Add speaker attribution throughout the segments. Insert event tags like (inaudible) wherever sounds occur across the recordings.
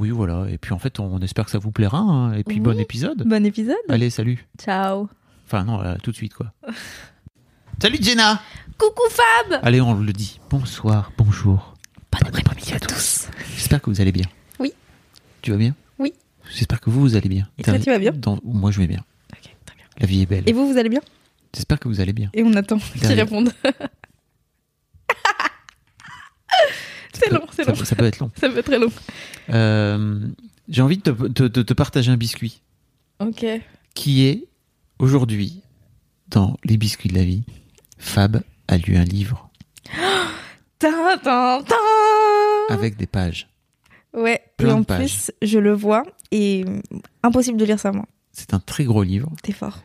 Speaker 1: Oui, voilà. Et puis en fait, on espère que ça vous plaira. hein. Et puis
Speaker 2: Oui. Bah,
Speaker 1: bon épisode.
Speaker 2: Bon épisode.
Speaker 1: Allez, salut.
Speaker 2: Ciao.
Speaker 1: Enfin non, euh, tout
Speaker 2: (laughs)
Speaker 1: de suite quoi. salut Jenna.
Speaker 2: Coucou Fab
Speaker 1: Allez, on le dit. Bonsoir, bonjour. Bon après-midi à tous. J'espère que vous allez bien.
Speaker 2: Oui.
Speaker 1: Tu vas bien
Speaker 2: Oui.
Speaker 1: J'espère que vous, vous allez bien.
Speaker 2: Et toi, tu vas bien
Speaker 1: Dans- Moi, je vais bien.
Speaker 2: Ok, très bien.
Speaker 1: La vie est belle.
Speaker 2: Et vous, vous allez bien
Speaker 1: J'espère que vous allez bien.
Speaker 2: Et on attend qu'ils
Speaker 1: Derrière.
Speaker 2: répondent. (laughs) c'est long, c'est
Speaker 1: ça,
Speaker 2: long.
Speaker 1: peut- ça peut être long.
Speaker 2: (laughs) Ça peut être très long.
Speaker 1: Euh, J'ai envie de te, te- te- te partager un biscuit
Speaker 2: Ok.
Speaker 1: qui est aujourd'hui dans les biscuits de la vie. Fab a lu un livre
Speaker 2: Tin, tin, tin.
Speaker 1: avec des pages.
Speaker 2: Ouais, et
Speaker 1: Ah, Plein de
Speaker 2: en
Speaker 1: pages.
Speaker 2: plus, je le vois et euh, impossible de lire ça, moi.
Speaker 1: C'est un très gros livre.
Speaker 2: T'es fort.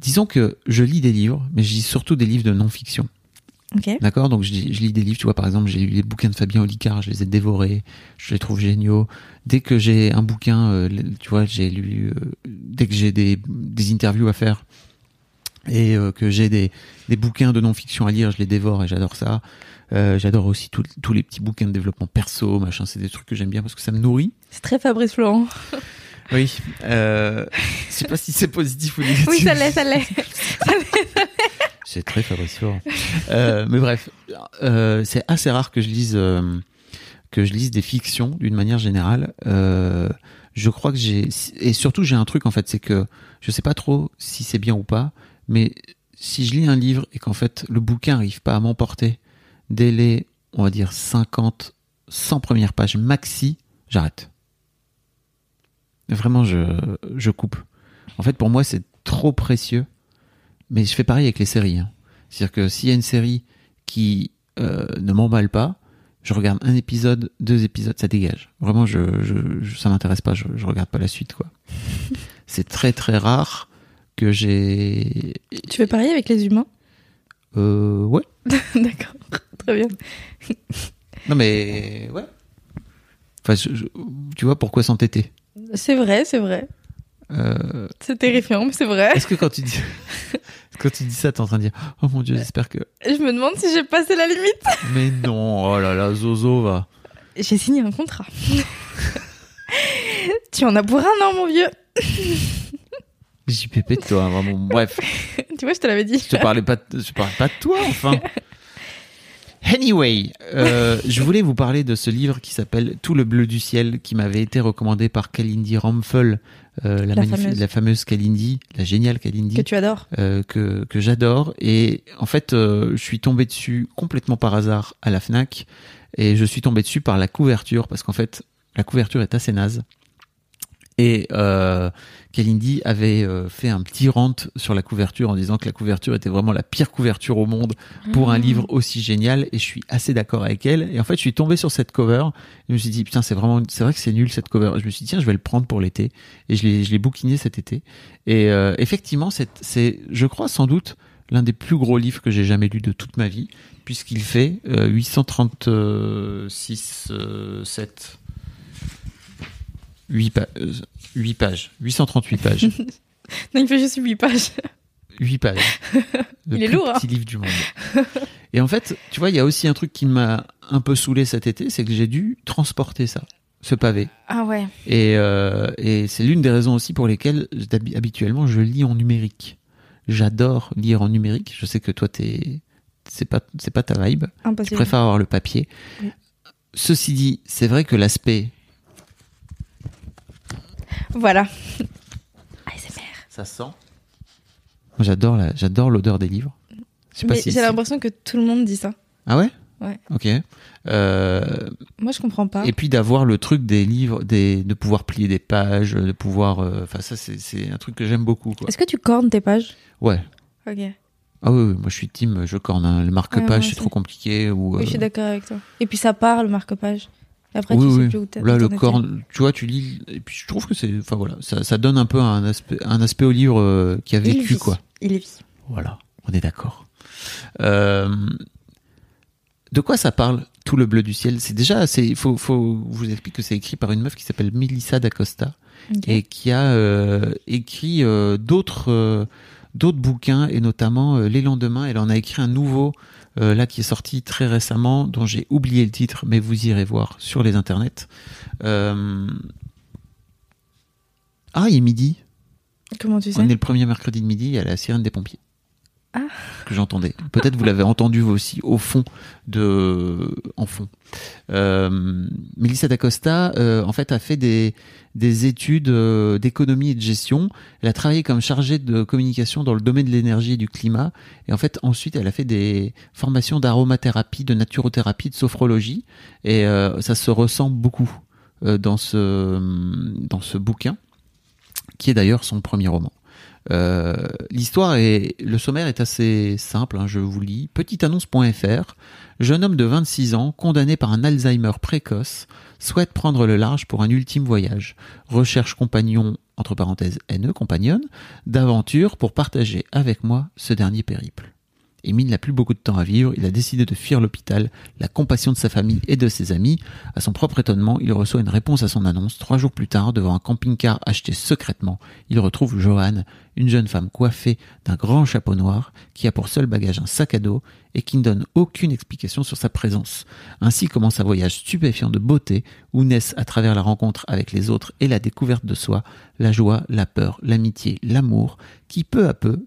Speaker 1: Disons que je lis des livres, mais je lis surtout des livres de non-fiction.
Speaker 2: Ok.
Speaker 1: D'accord Donc je, lis- je lis des livres, tu vois, par exemple, j'ai lu les bouquins de Fabien Olicard, je les ai dévorés, je les trouve géniaux. Dès que j'ai un bouquin, euh, le- tu vois, j'ai lu, euh, dès que j'ai des, des interviews à faire et euh, que j'ai des, des bouquins de non-fiction à lire, je les dévore et j'adore ça. Euh, j'adore aussi tout- tous les petits bouquins de développement perso, machin, c'est des trucs que j'aime bien parce que ça me nourrit.
Speaker 2: C'est très Fabrice Florent.
Speaker 1: Oui. Euh, je sais pas si c'est positif ou négatif.
Speaker 2: (laughs) Oui, ça l'est, ça l'est.
Speaker 1: C'est très Fabrice Florent. Euh, mais bref, euh, c'est assez rare que je lise euh, que je lise des fictions d'une manière générale. Euh, je crois que j'ai et surtout j'ai un truc en fait, c'est que je sais pas trop si c'est bien ou pas, mais si je lis un livre et qu'en fait le bouquin arrive pas à m'emporter dès les on va dire 50 100 premières pages maxi, j'arrête. Vraiment je je coupe. En fait pour moi c'est trop précieux. Mais je fais pareil avec les séries. hein. C'est-à-dire que s'il y a une série qui euh, ne m'emballe pas, je regarde un épisode, deux épisodes, ça dégage. Vraiment, je, je- je- ça m'intéresse pas, je, je regarde pas la suite. quoi. C'est très très rare que j'ai.
Speaker 2: (laughs) Tu veux parier avec les humains
Speaker 1: Euh, ouais.
Speaker 2: D'accord, (laughs) très bien.
Speaker 1: Non mais ouais. Enfin, je- je- tu vois pourquoi s'entêter
Speaker 2: C'est vrai, c'est vrai.
Speaker 1: Euh,
Speaker 2: C'est terrifiant, mais c'est vrai.
Speaker 1: Est-ce que quand tu dis quand tu dis ça, t'es en train de dire oh mon dieu, j'espère que.
Speaker 2: Je me demande si j'ai passé la limite.
Speaker 1: Mais non, oh là là, Zozo va.
Speaker 2: J'ai signé un
Speaker 3: (laughs)
Speaker 2: contrat. tu en as pour un an, mon vieux.
Speaker 1: JPP de toi, hein, vraiment. Bref.
Speaker 2: Tu vois, je te l'avais dit.
Speaker 1: Je te parlais pas, de, je parlais pas de toi, enfin. Anyway, euh, je voulais vous parler de ce livre qui s'appelle Tout le bleu du ciel, qui m'avait été recommandé par Kalindi Ramphel, euh, la, magnifique-
Speaker 2: fameuse.
Speaker 1: la fameuse Kalindi, la géniale Kalindi
Speaker 2: Que tu adores.
Speaker 1: euh, que, que j'adore. Et en fait, euh, je suis tombé dessus complètement par hasard à la FNAC. Et je suis tombé dessus par la couverture, parce qu'en fait, la couverture est assez naze. Et euh, Kalindi avait euh, fait un petit rant sur la couverture en disant que la couverture était vraiment la pire couverture au monde pour un livre aussi génial. Et je suis assez d'accord avec elle. Et en fait, je suis tombé sur cette cover. Et je me suis dit, putain, c'est vraiment, c'est vrai que c'est nul cette cover. Et je me suis dit, tiens, je vais le prendre pour l'été. Et je l'ai, je l'ai bouquiné cet été. Et euh, effectivement, c'est, c'est, je crois, sans doute l'un des plus gros livres que j'ai jamais lu de toute ma vie, puisqu'il fait euh, 836, euh, 7, 8, 8 euh, pages, 838
Speaker 2: (laughs)
Speaker 1: pages,
Speaker 2: Non, il fait juste 8 pages.
Speaker 1: 8 pages. Le
Speaker 2: Il est
Speaker 1: plus
Speaker 2: lourd, hein.
Speaker 1: petit livre du monde. Et en fait, tu vois, il y a aussi un truc qui m'a un peu saoulé cet été, c'est que j'ai dû transporter ça, ce pavé.
Speaker 2: Ah ouais.
Speaker 1: Et, euh, et c'est l'une des raisons aussi pour lesquelles d'habi- habituellement je lis en numérique. J'adore lire en numérique. Je sais que toi, t'es, c'est pas, c'est pas ta vibe. Tu
Speaker 2: Impossible.
Speaker 1: préfères avoir le papier.
Speaker 2: Oui.
Speaker 1: Ceci dit, c'est vrai que l'aspect
Speaker 2: Voilà. ASMR.
Speaker 1: Ça sent. J'adore la- j'adore l'odeur des livres. Je sais pas
Speaker 3: Mais
Speaker 1: si.
Speaker 3: j'ai l'impression que tout le monde dit ça.
Speaker 1: Ah ouais.
Speaker 3: Ouais. Ah.
Speaker 1: Ok. Euh,
Speaker 3: Moi, je comprends pas.
Speaker 1: Et puis d'avoir le truc des livres, des, de pouvoir plier des pages, de pouvoir. euh, Enfin, ça, c'est- c'est un truc que j'aime beaucoup. Quoi.
Speaker 3: Est-ce que tu cornes tes pages
Speaker 1: Ouais.
Speaker 3: Ok.
Speaker 1: Ah oui, oui, moi je suis team, je corne. hein. Le
Speaker 3: moi
Speaker 1: marque-page,
Speaker 3: aussi.
Speaker 1: c'est trop compliqué. Ou,
Speaker 3: Oui, je
Speaker 1: euh,
Speaker 3: suis d'accord avec toi. Et puis ça part le marque-page. Et Après,
Speaker 1: oui,
Speaker 3: tu
Speaker 1: oui.
Speaker 3: sais plus où t'es.
Speaker 1: Là,
Speaker 3: où
Speaker 1: le
Speaker 3: t'en étais.
Speaker 1: corne, tu vois, tu lis. Et puis je trouve que c'est. Enfin voilà, ça, ça donne un peu un aspect, un aspect au livre euh, qui a
Speaker 2: Il
Speaker 1: vécu,
Speaker 2: vit.
Speaker 1: quoi.
Speaker 2: Il vit.
Speaker 1: Voilà, on est d'accord. Euh, de quoi ça parle tout le bleu du ciel C'est déjà assez. Il faut, faut je vous explique que c'est écrit par une meuf qui s'appelle Melissa d'Acosta
Speaker 3: Ok.
Speaker 1: et qui a euh, écrit euh, d'autres euh, d'autres bouquins et notamment euh, Les lendemains. Elle en a écrit un nouveau euh, là qui est sorti très récemment dont j'ai oublié le titre, mais vous irez voir sur les internets. Euh, Ah, il est midi.
Speaker 3: Comment tu sais
Speaker 1: On est le premier mercredi de midi à la sirène des pompiers.
Speaker 3: Ah.
Speaker 1: Que j'entendais. Peut-être vous l'avez entendu vous aussi au fond de, en fond. Euh, Melissa d'Acosta, euh, en fait, a fait des, des études euh, d'économie et de gestion. Elle a travaillé comme chargée de communication dans le domaine de l'énergie et du climat. Et en fait, ensuite, elle a fait des formations d'aromathérapie, de naturothérapie, de sophrologie. Et euh, ça se ressent beaucoup euh, dans ce, dans ce bouquin, qui est d'ailleurs son premier roman. Euh, L'histoire et le sommaire est assez simple, hein, je vous lis. Petiteannonce.fr Jeune homme de 26 ans, condamné par un Alzheimer précoce, souhaite prendre le large pour un ultime voyage. Recherche compagnon, entre parenthèses NE, compagnonne, d'aventure pour partager avec moi ce dernier périple. Émile n'a plus beaucoup de temps à vivre, il a décidé de fuir l'hôpital, la compassion de sa famille et de ses amis. À son propre étonnement, il reçoit une réponse à son annonce. Trois jours plus tard, devant un camping-car acheté secrètement, il retrouve Joanne, une jeune femme coiffée d'un grand chapeau noir qui a pour seul bagage un sac à dos et qui ne donne aucune explication sur sa présence. Ainsi commence un voyage stupéfiant de beauté où naissent à travers la rencontre avec les autres et la découverte de soi, la joie, la peur, l'amitié, l'amour qui peu à peu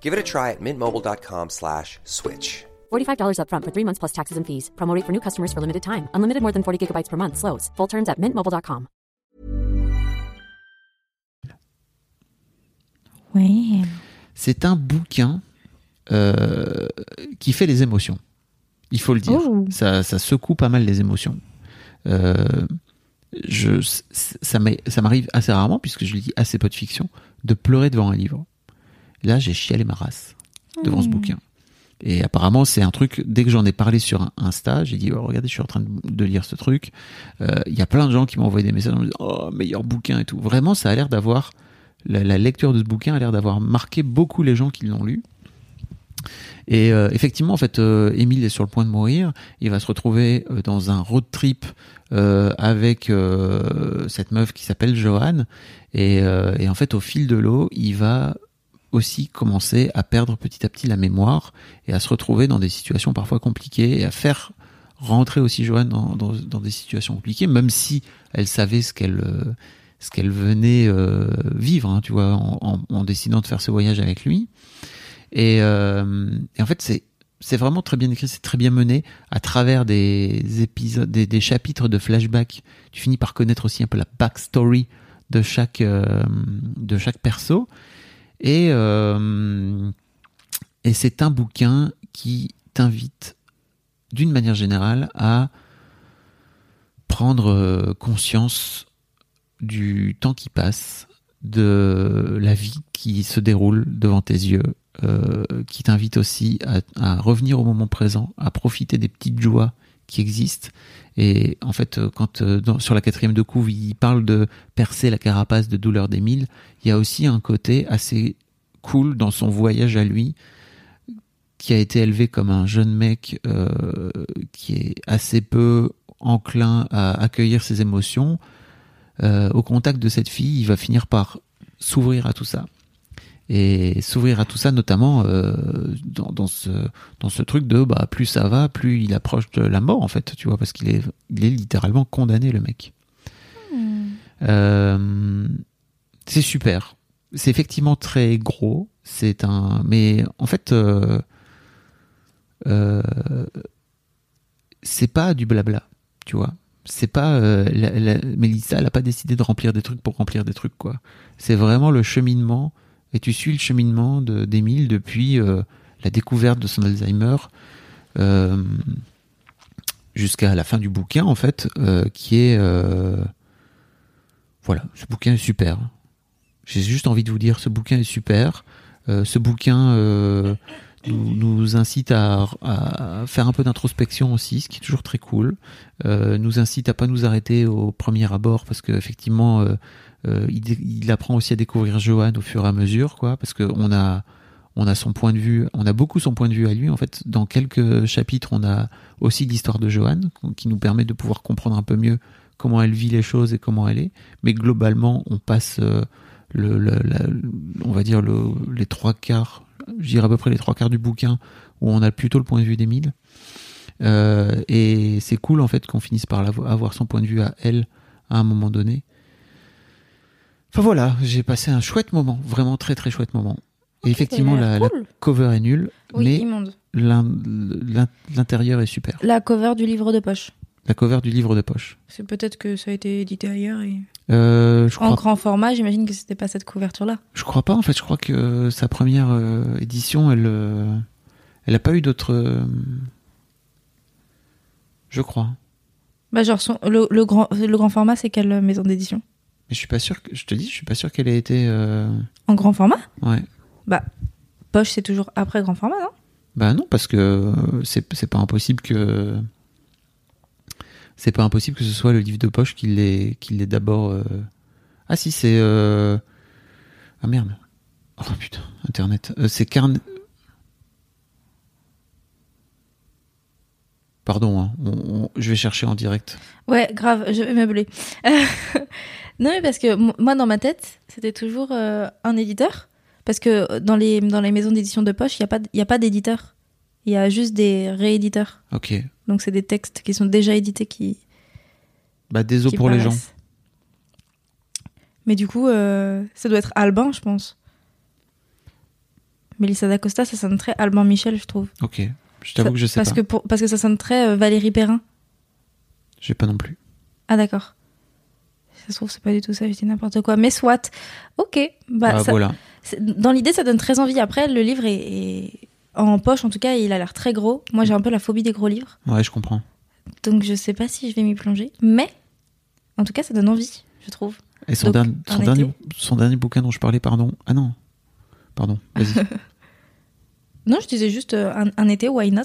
Speaker 4: Give it a try at mintmobile.com slash switch.
Speaker 5: $45 upfront for three months plus taxes and fees. Promo rate for new customers for limited time. Unlimited more than 40 gigabytes per month. Slows. Full terms at mintmobile.com.
Speaker 3: Ouais.
Speaker 1: C'est un bouquin euh, qui fait les émotions. Il faut le dire.
Speaker 3: Oh.
Speaker 1: Ça, ça secoue pas mal les émotions. Euh, je, c- ça m'est- ça m'arrive assez rarement, puisque je lis assez peu de fiction, de pleurer devant un livre. Là, j'ai chialé ma race devant ce bouquin. Et apparemment, c'est un truc, dès que j'en ai parlé sur un Insta, j'ai dit, Oh, regardez, je suis en train de, de lire ce truc. Euh, Il y a plein de gens qui m'ont envoyé des messages en me disant, oh, meilleur bouquin et tout. Vraiment, ça a l'air d'avoir, la, la lecture de ce bouquin a l'air d'avoir marqué beaucoup les gens qui l'ont lu. Et euh, effectivement, en fait, euh, Émile est sur le point de mourir. Il va se retrouver euh, dans un road trip euh, avec euh, cette meuf qui s'appelle Joanne. Et, euh, et en fait, au fil de l'eau, il va aussi commencer à perdre petit à petit la mémoire et à se retrouver dans des situations parfois compliquées et à faire rentrer aussi Joanne dans, dans- dans des situations compliquées, même si elle savait ce qu'elle euh, ce qu'elle venait euh, vivre, hein, tu vois, en, en- en décidant de faire ce voyage avec lui. Et, euh, et en fait, c'est c'est vraiment très bien écrit, c'est très bien mené à travers des épisodes, des, des chapitres de flashback. Tu finis par connaître aussi un peu la backstory de chaque euh, de chaque perso. Et, euh, et c'est un bouquin qui t'invite, d'une manière générale, à prendre euh, conscience du temps qui passe, de la vie qui se déroule devant tes yeux euh, qui t'invite aussi à, à revenir au moment présent, à profiter des petites joies qui existent. Et en fait, euh, quand euh, dans- sur la quatrième de couve, il parle de percer la carapace de douleur d'Émile, il y a aussi un côté assez cool dans son voyage à lui, qui a été élevé comme un jeune mec euh, qui est assez peu enclin à accueillir ses émotions. Euh, au contact de cette fille, il va finir par s'ouvrir à tout ça. Et s'ouvrir à tout ça, notamment euh, dans, dans ce, dans ce truc de bah, plus ça va, plus il approche de la mort, en fait, tu vois, parce qu'il est, il est littéralement condamné, le mec. Euh, c'est super. C'est effectivement très gros. C'est un. Mais en fait, euh, euh, c'est pas du blabla, tu vois. C'est pas. euh, la, la- Mélissa, elle a pas décidé de remplir des trucs pour remplir des trucs, quoi. C'est vraiment le cheminement. Et tu suis le cheminement de- d'Émile depuis euh, la découverte de son Alzheimer euh, jusqu'à la fin du bouquin, en fait, euh, qui est. euh, voilà, ce bouquin est super. J'ai juste envie de vous dire, ce bouquin est super. Euh, ce bouquin euh, nous, nous incite à, à faire un peu d'introspection aussi, ce qui est toujours très cool. Euh, nous incite à pas nous arrêter au premier abord parce qu'effectivement, euh, il, dé- il apprend aussi à découvrir Johan au fur et à mesure, quoi, parce qu'on a on a son point de vue, on a beaucoup son point de vue à lui en fait. Dans quelques chapitres, on a aussi l'histoire de Johan qui nous permet de pouvoir comprendre un peu mieux comment elle vit les choses et comment elle est. Mais globalement, on passe, euh, le, le- la- on va dire le- les trois quarts, je dirais à peu près les trois quarts du bouquin où on a plutôt le point de vue d'Émile. Euh, et c'est cool en fait qu'on finisse par l'avo- avoir son point de vue à elle à un moment donné. Enfin voilà, j'ai passé un chouette moment, vraiment très très chouette moment. Et effectivement,
Speaker 3: ça a
Speaker 1: la,
Speaker 3: l'air
Speaker 1: la
Speaker 3: cool.
Speaker 1: cover est nulle,
Speaker 3: Oui,
Speaker 1: mais
Speaker 3: immonde.
Speaker 1: l'in- l'in- l'intérieur est super.
Speaker 3: La cover du livre de poche.
Speaker 1: La cover du livre de poche.
Speaker 3: C'est peut-être que ça a été édité ailleurs et
Speaker 1: Euh, je,
Speaker 3: en
Speaker 1: crois,
Speaker 3: grand format, j'imagine que c'était pas cette couverture là.
Speaker 1: je crois pas, en fait, je crois que sa première euh, édition, elle, euh, elle a pas eu d'autres. euh, je crois.
Speaker 3: Bah genre son- le, le grand le grand format c'est quelle maison d'édition
Speaker 1: Mais je suis pas sûr, que, je te dis, je suis pas sûr qu'elle ait été. euh,
Speaker 3: En grand format
Speaker 1: ouais.
Speaker 3: Bah poche c'est toujours après grand format, non
Speaker 1: Bah non, parce que euh, c'est c'est pas impossible que. C'est pas impossible que ce soit le livre de poche qui l'ait qui l'ait d'abord. euh, Ah si, c'est. euh, Ah merde. Oh putain, internet. Euh, c'est Carnet. Pardon, hein, on- on- je vais chercher en direct.
Speaker 3: Ouais, grave, je vais meubler. (laughs) non mais parce que mo- moi dans ma tête, c'était toujours euh, un éditeur parce que dans les dans les maisons d'édition de poche, il y a pas d- il y a pas d'éditeur. Il y a juste des rééditeurs.
Speaker 1: Ok.
Speaker 3: Donc c'est des textes qui sont déjà édités qui
Speaker 1: Bah désolé
Speaker 3: qui
Speaker 1: pour les gens.
Speaker 3: paraissent. Mais du coup, euh, ça doit être Albin, je pense. Mélissa d'Acosta, ça sonne très Albin Michel, je trouve.
Speaker 1: Ok. Je t'avoue
Speaker 3: Ça-
Speaker 1: que je sais
Speaker 3: parce
Speaker 1: pas.
Speaker 3: Que pour- parce que ça sonne très euh, Valérie Perrin.
Speaker 1: J'ai pas non plus.
Speaker 3: Ah, d'accord. Ça se trouve, c'est pas du tout ça, j'ai dit n'importe quoi. Mais soit. Ok. Bah,
Speaker 1: Ah,
Speaker 3: ça-
Speaker 1: voilà.
Speaker 3: c'est- Dans l'idée, ça donne très envie. Après, le livre est, est- en poche, en tout cas, il a l'air très gros. Moi, j'ai un peu la phobie des gros livres.
Speaker 1: Ouais, je comprends.
Speaker 3: Donc, je sais pas si je vais m'y plonger. Mais, en tout cas, ça donne envie, je trouve.
Speaker 1: Et son,
Speaker 3: Donc,
Speaker 1: dernier-
Speaker 3: en
Speaker 1: son, dernier,
Speaker 3: été.
Speaker 1: son dernier bouquin dont je parlais, pardon. Ah non. Pardon,
Speaker 3: (laughs)
Speaker 1: vas-y.
Speaker 3: Non, je disais juste euh, un, un été, why not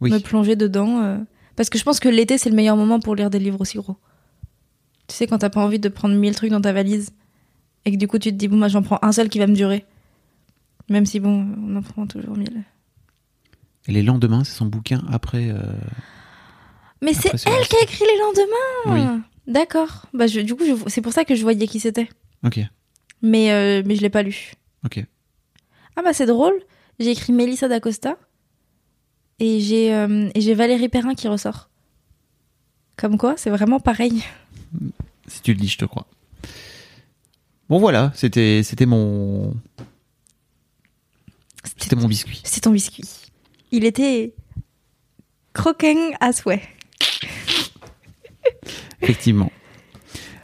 Speaker 1: Oui.
Speaker 3: Me plonger dedans. euh, parce que je pense que l'été, c'est le meilleur moment pour lire des livres aussi gros. Tu sais, quand t'as pas envie de prendre mille trucs dans ta valise et que du coup, tu te dis, bon, moi, j'en prends un seul qui va me durer. Même si, bon, on en prend toujours mille.
Speaker 1: Et les lendemains, c'est son bouquin après. euh,
Speaker 3: Mais
Speaker 1: Après,
Speaker 3: c'est
Speaker 1: c'est vrai.
Speaker 3: elle qui a écrit les lendemains D'accord. Bah, je- du coup, je- c'est pour ça que je voyais qui c'était.
Speaker 1: Ok,
Speaker 3: Mais, euh, mais je l'ai pas lu.
Speaker 1: ok.
Speaker 3: Ah bah c'est drôle, j'ai écrit Mélissa d'Acosta et j'ai euh, et j'ai Valérie Perrin qui ressort. Comme quoi, c'est vraiment pareil.
Speaker 1: Si tu le dis, je te crois. Bon, voilà, c'était c'était mon c'était mon biscuit.
Speaker 3: C'est ton biscuit. Il était croquant à souhait.
Speaker 1: Effectivement.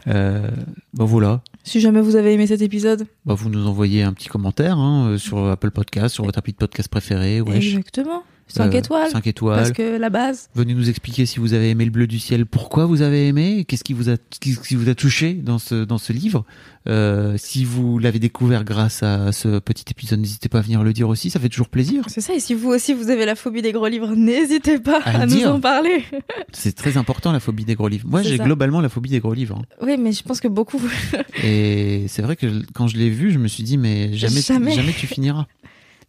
Speaker 1: Euh, bah voilà.
Speaker 3: Si jamais vous avez aimé cet épisode.
Speaker 1: Bah, vous nous envoyez un petit commentaire hein, euh, sur Apple Podcast, sur votre appli de podcast préféré. Wesh.
Speaker 3: Exactement. 5
Speaker 1: Euh,
Speaker 3: étoiles.
Speaker 1: cinq étoiles.
Speaker 3: Parce que la base.
Speaker 1: Venez nous expliquer si vous avez aimé le bleu du ciel, pourquoi vous avez aimé, qu'est-ce qui vous a, qu'est-ce qui vous a touché dans ce, dans ce livre. Euh, si vous l'avez découvert grâce à ce petit épisode, n'hésitez pas à venir le dire aussi, ça fait toujours
Speaker 3: (laughs)
Speaker 1: plaisir.
Speaker 3: C'est ça, et si vous aussi vous avez la phobie des gros livres, n'hésitez pas
Speaker 1: À
Speaker 3: à,
Speaker 1: le
Speaker 3: nous
Speaker 1: dire.
Speaker 3: en parler.
Speaker 1: C'est très important la phobie des gros livres. Moi,
Speaker 3: C'est
Speaker 1: j'ai
Speaker 3: ça.
Speaker 1: globalement la phobie des gros livres. hein.
Speaker 3: oui, mais je pense que beaucoup.
Speaker 1: Et c'est vrai que je- quand je l'ai vu, je me suis dit, mais jamais, jamais,
Speaker 3: Jamais.
Speaker 1: tu finiras.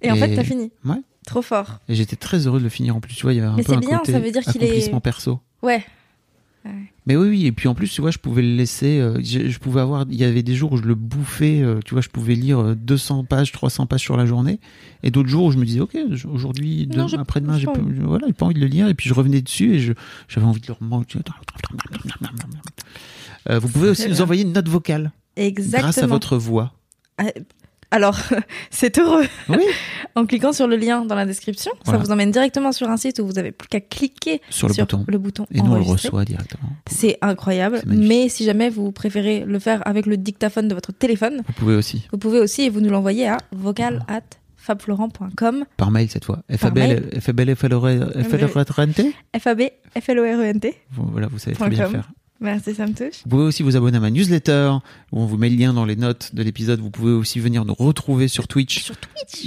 Speaker 3: Et, en
Speaker 1: Et-
Speaker 3: fait, t'as fini.
Speaker 1: Ouais.
Speaker 3: Trop fort.
Speaker 1: Et j'étais très heureux de le finir en plus. Tu vois, il y avait un
Speaker 3: Mais
Speaker 1: peu
Speaker 3: c'est
Speaker 1: un
Speaker 3: bien,
Speaker 1: côté
Speaker 3: ça veut dire qu'il est-
Speaker 1: accomplissement perso.
Speaker 3: Ouais.
Speaker 1: Mais oui, oui, et puis en plus, tu vois, je pouvais le laisser, euh, je, je pouvais avoir, il y avait des jours où je le bouffais, euh, tu vois, je pouvais lire euh, 200 pages, 300 pages sur la journée, et d'autres jours où je me disais, ok, je- aujourd'hui,
Speaker 3: Non,
Speaker 1: demain,
Speaker 3: j'ai-
Speaker 1: après-demain, j'ai
Speaker 3: j'ai
Speaker 1: pas,
Speaker 3: pas
Speaker 1: voilà, j'ai pas envie de le lire, et puis je revenais dessus, et je- j'avais envie de le remanger. Euh, vous pouvez aussi nous envoyer une note vocale,
Speaker 3: Exactement.
Speaker 1: grâce à votre voix.
Speaker 3: Alors, (laughs) c'est heureux.
Speaker 1: Oui,
Speaker 3: En cliquant sur le lien dans la description,
Speaker 1: Voilà.
Speaker 3: ça vous emmène directement sur un site où vous n'avez plus qu'à cliquer
Speaker 1: sur le
Speaker 3: sur
Speaker 1: bouton.
Speaker 3: le bouton
Speaker 1: Et nous, on le
Speaker 3: enregistrer.
Speaker 1: reçoit directement.
Speaker 3: C'est incroyable.
Speaker 1: C'est magnifique.
Speaker 3: Mais si jamais vous préférez le faire avec le dictaphone de votre téléphone,
Speaker 1: Vous pouvez aussi,
Speaker 3: vous pouvez aussi et vous nous l'envoyer à vocal at fabflorent.com
Speaker 1: par mail cette fois. FABL,
Speaker 3: mail.
Speaker 1: FABL, E FLORENT.
Speaker 3: FAB F-L-O-R-E-N-T.
Speaker 1: Voilà, vous savez très
Speaker 3: Point
Speaker 1: bien le
Speaker 3: com.
Speaker 1: faire.
Speaker 3: E Merci, ça me touche.
Speaker 1: Vous pouvez aussi vous abonner à ma newsletter, où on vous met le lien dans les notes de l'épisode. Vous pouvez aussi venir nous retrouver sur Twitch,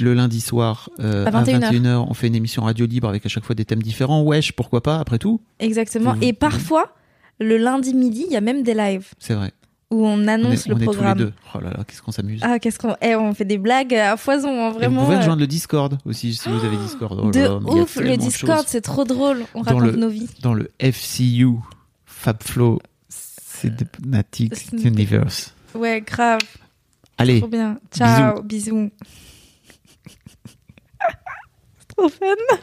Speaker 1: le lundi soir euh,
Speaker 3: À
Speaker 1: à
Speaker 3: 21h.
Speaker 1: 21h. On fait une émission radio libre avec à chaque fois des thèmes différents. Wesh, pourquoi pas, après tout
Speaker 3: Exactement.
Speaker 1: Vous-
Speaker 3: Et parfois, le lundi midi, il y a même des lives
Speaker 1: C'est vrai.
Speaker 3: où on
Speaker 1: On
Speaker 3: annonce
Speaker 1: est, on
Speaker 3: le
Speaker 1: est tous les
Speaker 3: programme.
Speaker 1: deux. Oh là là, qu'est-ce qu'on s'amuse.
Speaker 3: Ah, qu'est-ce qu'on. Eh, on fait des blagues à foison, hein,
Speaker 1: Et vous
Speaker 3: vraiment.
Speaker 1: pouvez
Speaker 3: euh,
Speaker 1: rejoindre le Discord aussi, si vous avez Discord. Oh là là, mais il
Speaker 3: de
Speaker 1: y a
Speaker 3: ouf,
Speaker 1: tellement
Speaker 3: le
Speaker 1: de
Speaker 3: Discord,
Speaker 1: choses.
Speaker 3: c'est trop drôle. On
Speaker 1: Dans
Speaker 3: raconte
Speaker 1: le-
Speaker 3: nos vies.
Speaker 1: Dans le FCU, FabFlow,
Speaker 3: Euh,
Speaker 1: Cinematic
Speaker 3: Sneak-
Speaker 1: Universe.
Speaker 3: Ouais, grave.
Speaker 1: Allez,
Speaker 3: Trop bien. Ciao, bisous. (laughs) C'est trop fun.